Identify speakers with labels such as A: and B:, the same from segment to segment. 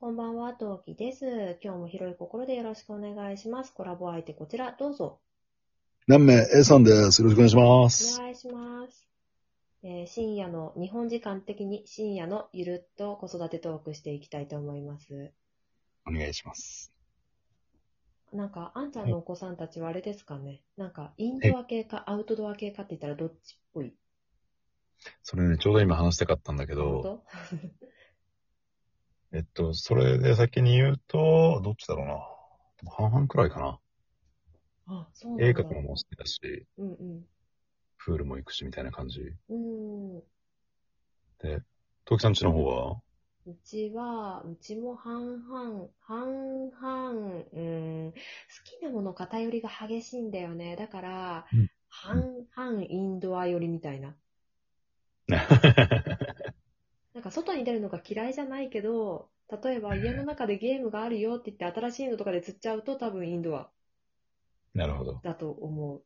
A: こんばんは、トウキです。今日も広い心でよろしくお願いします。コラボ相手こちら、どうぞ。
B: 南名 A さんです。よろしくお願いします
A: お。願いします。えー深夜の、日本時間的に深夜のゆるっと子育てトークしていきたいと思います。
B: お願いします。
A: なんか、あんちゃんのお子さんたちはあれですかね、なんか、インドア系かアウトドア系かって言ったらどっちっぽい
B: それね、ちょうど今話したかったんだけど、
A: 本
B: えっと、それで先に言うと、どっちだろうな。でも半々くらいかな。
A: 当あ、そうなんだ。
B: 絵描くのも好きだし、
A: うんうん。
B: プールも行くし、みたいな感じ。
A: うーん。
B: トウキさんちの方 は、
A: うちは、うちも半々、半々、うーん、好きなもの偏りが激しいんだよね。だから
B: うん、
A: 半々インドア寄りみたいな。なんか外に出るのが嫌いじゃないけど、例えば家の中でゲームがあるよって言って新しいのとかで釣っちゃうと多分インドア
B: なるほど。
A: だと思う。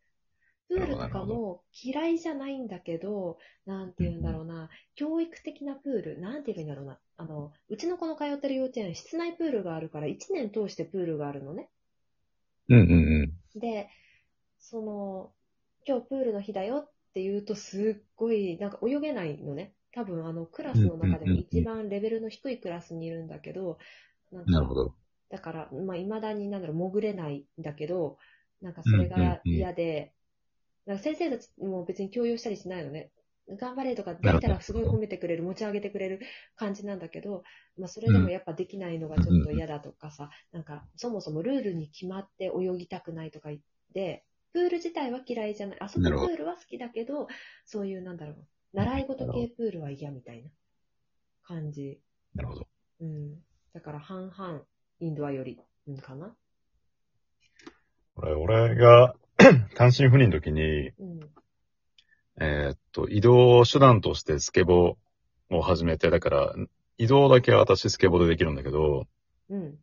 A: プ
B: な
A: ー
B: る
A: ル
B: ほど
A: とか
B: なる
A: も嫌いじゃないんだけど、なんて言うんだろうな、教育的なプール、なんて言うんだろうな、あの、うちの子の通ってる幼稚園、室内プールがあるから、1年通してプールがあるのね。
B: うんうんうん。
A: で、その、今日プールの日だよって言うと、すっごい、なんか泳げないのね。多分、あの、クラスの中でも一番レベルの低いクラスにいるんだけど、なんか
B: なるほど。
A: だから、まあ、未だになんだろう、潜れないんだけど、なんかそれが嫌で、なんか先生たちも別に強要したりしないのね。頑張れとか、できたらすごい褒めてくれる、持ち上げてくれる感じなんだけど、まあ、それでもやっぱできないのがちょっと嫌だとかさ、なんか、そもそもルールに決まって泳ぎたくないとか言って、プール自体は嫌いじゃない。あそこ
B: な
A: プ
B: るほど
A: ールは好きだけど、そういうなんだろう、習い事系プールは嫌みたいな感じ。
B: なるほど。
A: うん。だから半々、インドアより、うん、かな。
B: 俺、俺が 単身赴任の時に、
A: うん。
B: えーっと、移動手段としてスケボーを始めて、だから、移動だけは私スケボーでできるんだけど、
A: うん。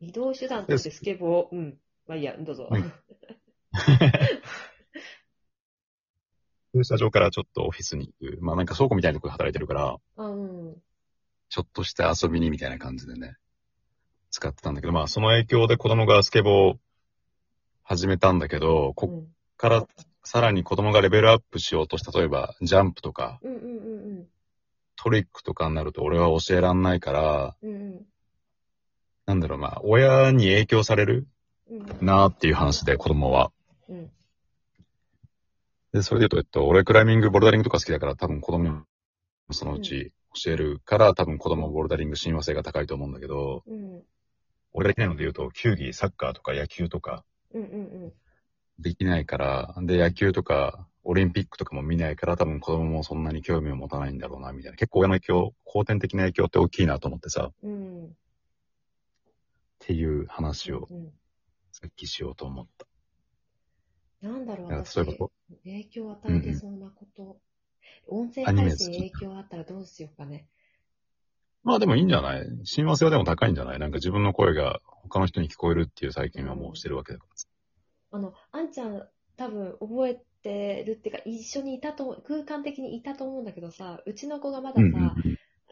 A: 移動手段としてスケボー。うん。まあいいや、どうぞ。
B: はい駐車場からちょっとオフィスに行く。まあなんか倉庫みたいなとこで働いてるから、
A: あ、うん。
B: ちょっとした遊びにみたいな感じでね、使ってたんだけど、まあその影響で子供がスケボーを始めたんだけど、
A: う
B: こっ
A: ん。
B: からさらに子供がレベルアップしようとした、例えばジャンプとか
A: うんうんうん
B: トリックとかになると俺は教えらんないから、
A: うん。うん
B: なんだろうまあ親に影響される
A: うん。うん。
B: なーっていう話で子供は。
A: うん。
B: で、それで言うと、えっと、俺クライミング、ボルダリングとか好きだから多分子供にもそのうち教えるから、多分子供ボルダリング親和性が高いと思うんだけど、
A: うん。
B: 俺ができないので言うと、球技、サッカーとか野球とか
A: うんうん
B: できないから、で、野球とかオリンピックとかも見ないから、多分子供もそんなに興味を持たないんだろうな、みたいな。結構親の影響、後天的な影響って大きいなと思ってさ、っ
A: うん。うん。
B: ていう話を
A: うん。
B: さっきしようと思った。
A: なんだろう、
B: だから
A: 私
B: そういうこ
A: 影響を与えてそうなこと。音声
B: アニ
A: 配
B: メ好き
A: 信影響あったらどうしようかね。
B: まあでもいいんじゃない親和性はでも高いんじゃないなんか自分の声が他の人に聞こえるっていう体験はもうしてるわけだからさ。
A: あの、あんちゃん、多分覚えてるっていうか、一緒にいたと、空間的にいたと思うんだけどさ、うちの子がまださ、
B: うんうんうん。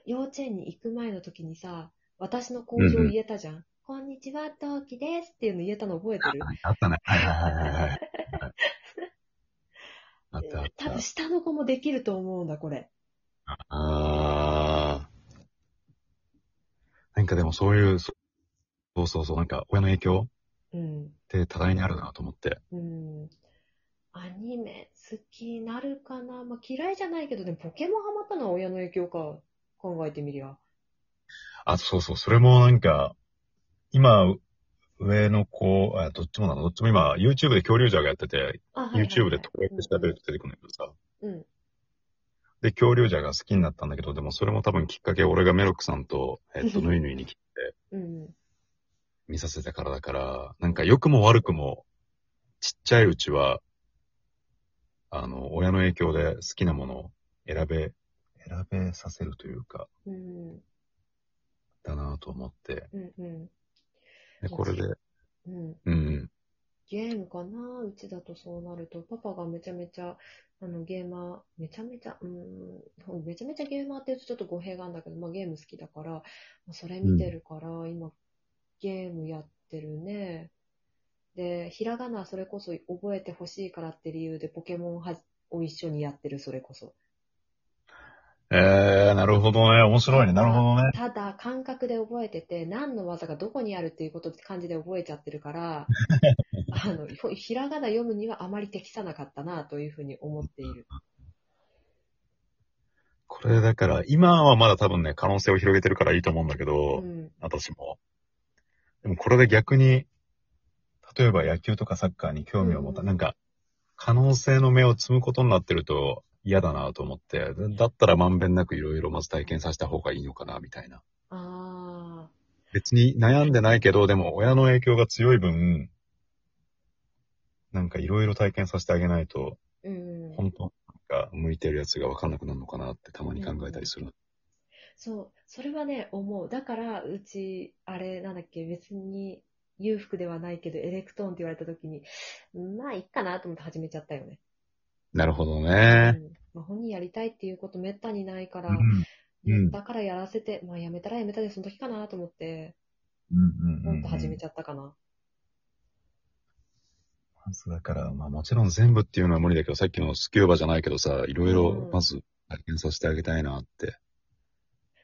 A: 幼稚園に行く前の時にさ、私の工場言えたじゃん。こんにちは、トウキですっていうの言えたの覚えてる
B: あったね。はいはいはい はいはい。あったあっ
A: 多
B: た
A: 分。下の子もできると思うんだ、これ。
B: ああ。なんかでもそういう、そそうそうそう、なんか親の影響
A: うん。
B: って多大にあるなと思って。
A: うん。アニメ好きになるかな、まあ、嫌いじゃないけど、でもポケモンハマったのは親の影響か。考えてみりゃ。
B: あ、そうそう、それもなんか、今、う上の子、あどっちもなのどっちも今、YouTube で恐竜ジャーがやってて、
A: あ、はいはいはい
B: YouTube で投影調べると出てくるんだけどさ。
A: うん。
B: で、恐竜ジャーが好きになったんだけど、でもそれも多分きっかけ、俺がメロクさんと、え っと、ヌイヌイに来て
A: うん。
B: 見させたからだから、なんか良くも悪くも、ちっちゃいうちは、あの、親の影響で好きなものを選べ、選べさせるというか、
A: うん。
B: だなぁと思って。
A: うん。うん。
B: で、これで、
A: うん。
B: うん。
A: ゲームかなうちだとそうなると、パパがめちゃめちゃ、あの、ゲーマー、めちゃめちゃ、うーん、めちゃめちゃゲーマーって言うとちょっと語弊があるんだけど、まあゲーム好きだから、まあそれ見てるから、今、ゲームやってるね。で、ひらがなそれこそ覚えてほしいからって理由でポケモンはを一緒にやってる、それこそ。
B: えー、なるほどね。面白いね。なるほどね。
A: ただ、感覚で覚えてて、何の技がどこにあるっていうことって感じで覚えちゃってる から、あの、ひひらがな読むにはあまり適さなかったな、というふうに思っている。
B: これだから、今はまだ多分ね、可能性を広げてるからいいと思うんだけ
A: う
B: ど、
A: ん。
B: 私も。でもこれで逆に、例えば野球とかサッカーに興味を持った、
A: うん
B: なんか、可能性の目を摘むことになってると嫌だなと思って、だったらまんべんなくいろいろまず体験させた方がいいのかな、みたいな。
A: あ
B: 別に悩んでないけど、でも親の影響が強い分、なんかいろいろ体験させてあげないと、
A: ー、うん。
B: 本当なんか向いてるやつが分かんなくなるのかなってたまに考えたりする。
A: そう、それはね、思う。だから、うち、あれ、なんだっけ、別に裕福ではないけど、エレクトーンって言われたときに、まあ、いっかなと思って始めちゃったよね。
B: なるほど
A: う
B: ね。
A: んまあ、本人やりたいっていうことめったにないから
B: う、ん。うん
A: だからやらせて、まあ、やめたらやめたで、その時かなと思って、
B: うん
A: ほんと始めちゃったかな。
B: まずだから、まあもちろん全部っていうのは無理だけど、さっきのスキューバじゃないけどさ、いろいろまず体験させてあげたいなって、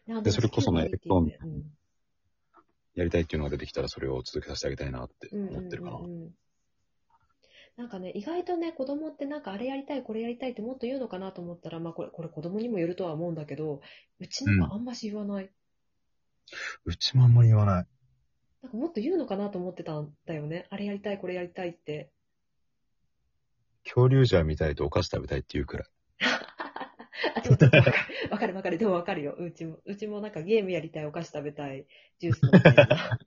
A: あ
B: でそれこそね
A: スキルもいいって言って
B: やりたいっていうのが出てきたらそれを続けさせてあげたいなって
A: うんうん
B: 思ってるかな
A: うん。うんうんなんかね、意外とね、子供ってなんかあれやりたい、これやりたいってもっと言うのかなと思ったら、まあこれ、これ子供にもよるとは思うんだけど、うちなんかあんまし言わない。
B: うちもあんまり言わない。
A: なんかもっと言うのかなと思ってたんだよね。あれやりたい、これやりたい って。
B: 恐竜じゃ見たいとお菓子食べたいっていうくらい。
A: あ、でもわかるわかるわかる。でもわかるよ。うちも。うちもなんかゲームやりたい、お菓子食べたい、ジュース飲みたい な。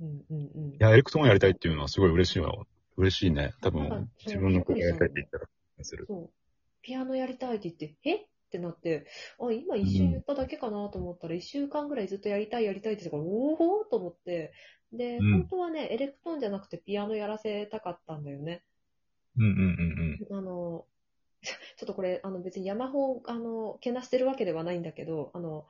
A: うんうんうん。
B: いや、エレクトーンやりたいっていうのはすごい嬉しいわ。嬉しいね。多分、自分の子がやりたいって言ったら、する。
A: そう。ピアノやりたいって言って、えってなって、あ、今一瞬言っただけかなと思ったら、一週間ぐらいずっとやりたいやりたいって言ってたから、おおと思って。で、
B: うん
A: 本当はね、エレクトーンじゃなくてピアノやらせたかったんだよね。
B: うんうんうん
A: あの、 ちょっとこれ、あの別に山ほあの、けなしてるわけではないんだけど、あの、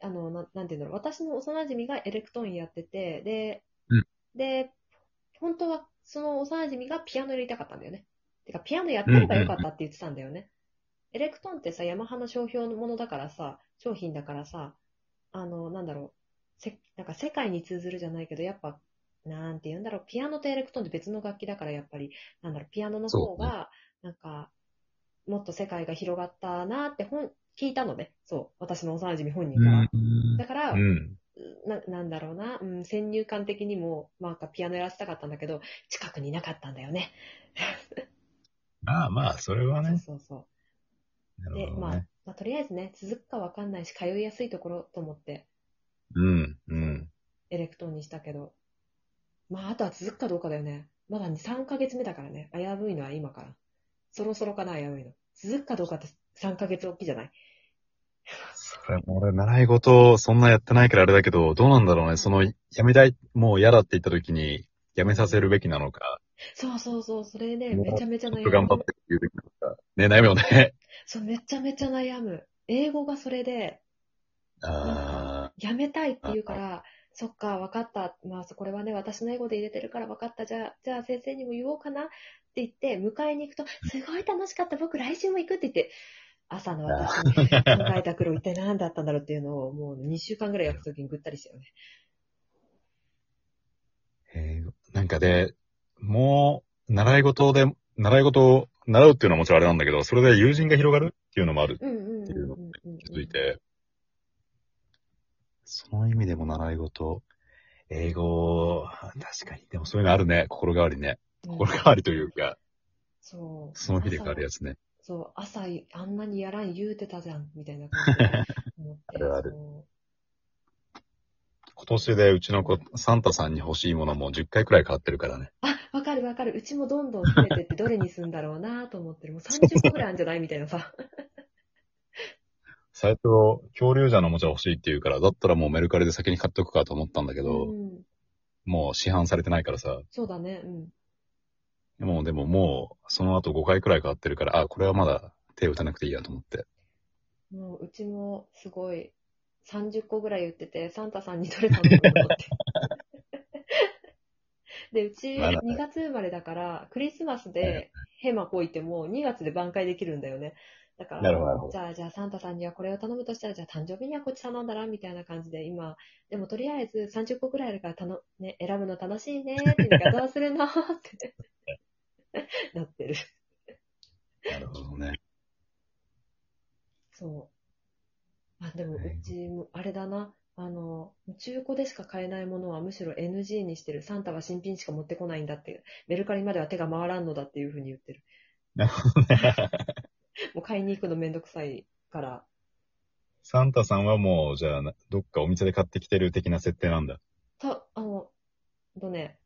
A: あの、ななんていうんだろう、私の幼馴染がエレクトーンやってて、で、
B: うん
A: で、本当はその幼馴染がピアノやりたかったんだよね。てか、ピアノやってればよかったって言ってたんだよね。エレクトーンってさ、ヤマハの商標のものだからさ、商品だからさ、あの、なんだろう、せなんか世界に通ずるじゃないけど、やっぱ、なんて言うんだろう、ピアノとエレクトーンって別の楽器だから、やっぱり、なんだろう、ピアノの方
B: そう
A: が、なんか、もっと世界が広がったなって本、聞いたのね。そう。私の幼馴染本人
B: う
A: から。
B: ん。うん
A: だから、
B: うん。
A: ななんだろうな、うん、先入観的にも、まあなんかピアノやらせたかったんだけど、近くにいなかったんだよね。
B: まあまあ、それは
A: そ
B: ね。
A: うそうそう。
B: な
A: で、
B: るほ
A: ま
B: ど
A: あ
B: ね。、
A: まあ、とりあえずね、続くかわかんないし、通いやすいところと思って、
B: うん、うん。
A: エレクトーンにしたけど、まあ、あとは続くかどうかだよね。まだ3ヶ月目だからね、危ういのは今から。そろそろかな、危ういの。続くかどうかって3ヶ月おきじゃない
B: それも俺、習い事、そんなやってないからあれだけど、どうなんだろうね。その、やめたい、もう嫌だって言った時に、やめさせるべきなのか、
A: そうそうそう、それね、
B: もう
A: めちゃめちゃ
B: ちょっ
A: 悩
B: と頑張っ
A: む
B: て。言うべきなのか。ね、悩むよね。
A: そう、めちゃめちゃ悩む。英語がそれで、
B: あ
A: やめたいって言うから、そっか、わかった。まあ、そこれはね、私の英語で入れてるからわかった。じゃあ、じゃあ先生にも言おうかなって言って、迎えに行くと、すごい楽しかった。僕来週も行くって言って、朝の私に考 えた苦労一体何だったんだろうっていうのを、もう2週間ぐらいやった時にぐったりしたよね。
B: ーへーなんかで、もう、習い事で、習い事を習うっていうのはもちろんあれなんだけど、それで友人が広がるっていうのもある。
A: うんうんうんうんうん、うん。
B: 気づいて、その意味でも習い事、英語、確かに。でもそういうのあるね。心変わりね。
A: うん、
B: 心変わりというか、
A: そう。
B: その日で変わるやつね。
A: そう、朝い、あんなにやらん言うてたじゃん、みたいな感じで思 って。
B: あるある
A: そう
B: 今年でうちの子、サンタさんに欲しいものも10回くらい変わってるからね。
A: あ、わかるわかる。うちもどんどん増えてって、どれにすんだろうなと思ってる。もう30個ぐらいあるんじゃないみたいなさ。
B: 最初、恐竜じゃのおもちゃ欲しいって言うから、だったらもうメルカリで先に買っとくかと思ったんだけ
A: う
B: ど、
A: ん。
B: もう市販されてないからさ。
A: そうだね。うん。
B: もうでももう、その後5回くらい変わってるから、あ、これはまだ手を打たなくていいやと思って。
A: もう、うちもすごい、30個ぐらい売ってて、サンタさんにどれ頼むのって。 で、うち
B: まだ
A: 2月生まれだから、クリスマスでヘマこいても2月で挽回できるんだよね。だから、
B: るほど、なるほ
A: じ。ゃあ、じゃあサンタさんにはこれを頼むとしたら、じゃあ誕生日にはこっち頼んだらみたいな感じで、今、でもとりあえず30個ぐらいあるから頼、ね、選ぶの楽しいねっていうか、どうするのって なってる。
B: なるほどね。
A: そう。あ、でも、
B: はいう
A: ちも、あれだな。あの、中古でしか買えないものはむしろ NG にしてる。サンタは新品しか持ってこないんだって。メルカリまでは手が回らんのだっていうふうに言ってる。
B: なるほどね。
A: もう買いに行くのめんどくさいから。
B: サンタさんはもう、じゃあ、どっかお店で買ってきてる的な設定なんだ。
A: た、あの、とね、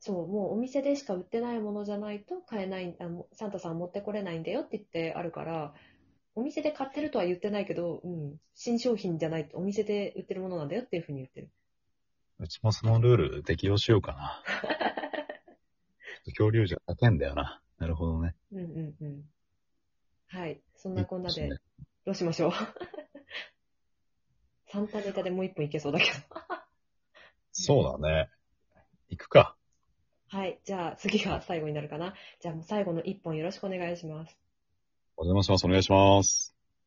A: そう、もうお店でしか売ってないものじゃないと買えない、あの、サンタさん持ってこれないんだよって言ってあるから、お店で買ってるとは言ってないけど、うん、新商品じゃない、お店で売ってるものなんだよっていうふうに言ってる。
B: うちもそのルール適用しようかな。 恐竜じゃ勝てんだよな。なるほどね。
A: うんうんうん。はい。そんなこんな
B: そう
A: で
B: ね、
A: どうしましょう。 サンタネタでもう一本いけそうだけど。
B: そうだね。行くか。
A: はい。じゃあ、次が最後になるかな。じゃあ、もう最後の一本よろしくお願いします。
B: お邪魔します。お願いします。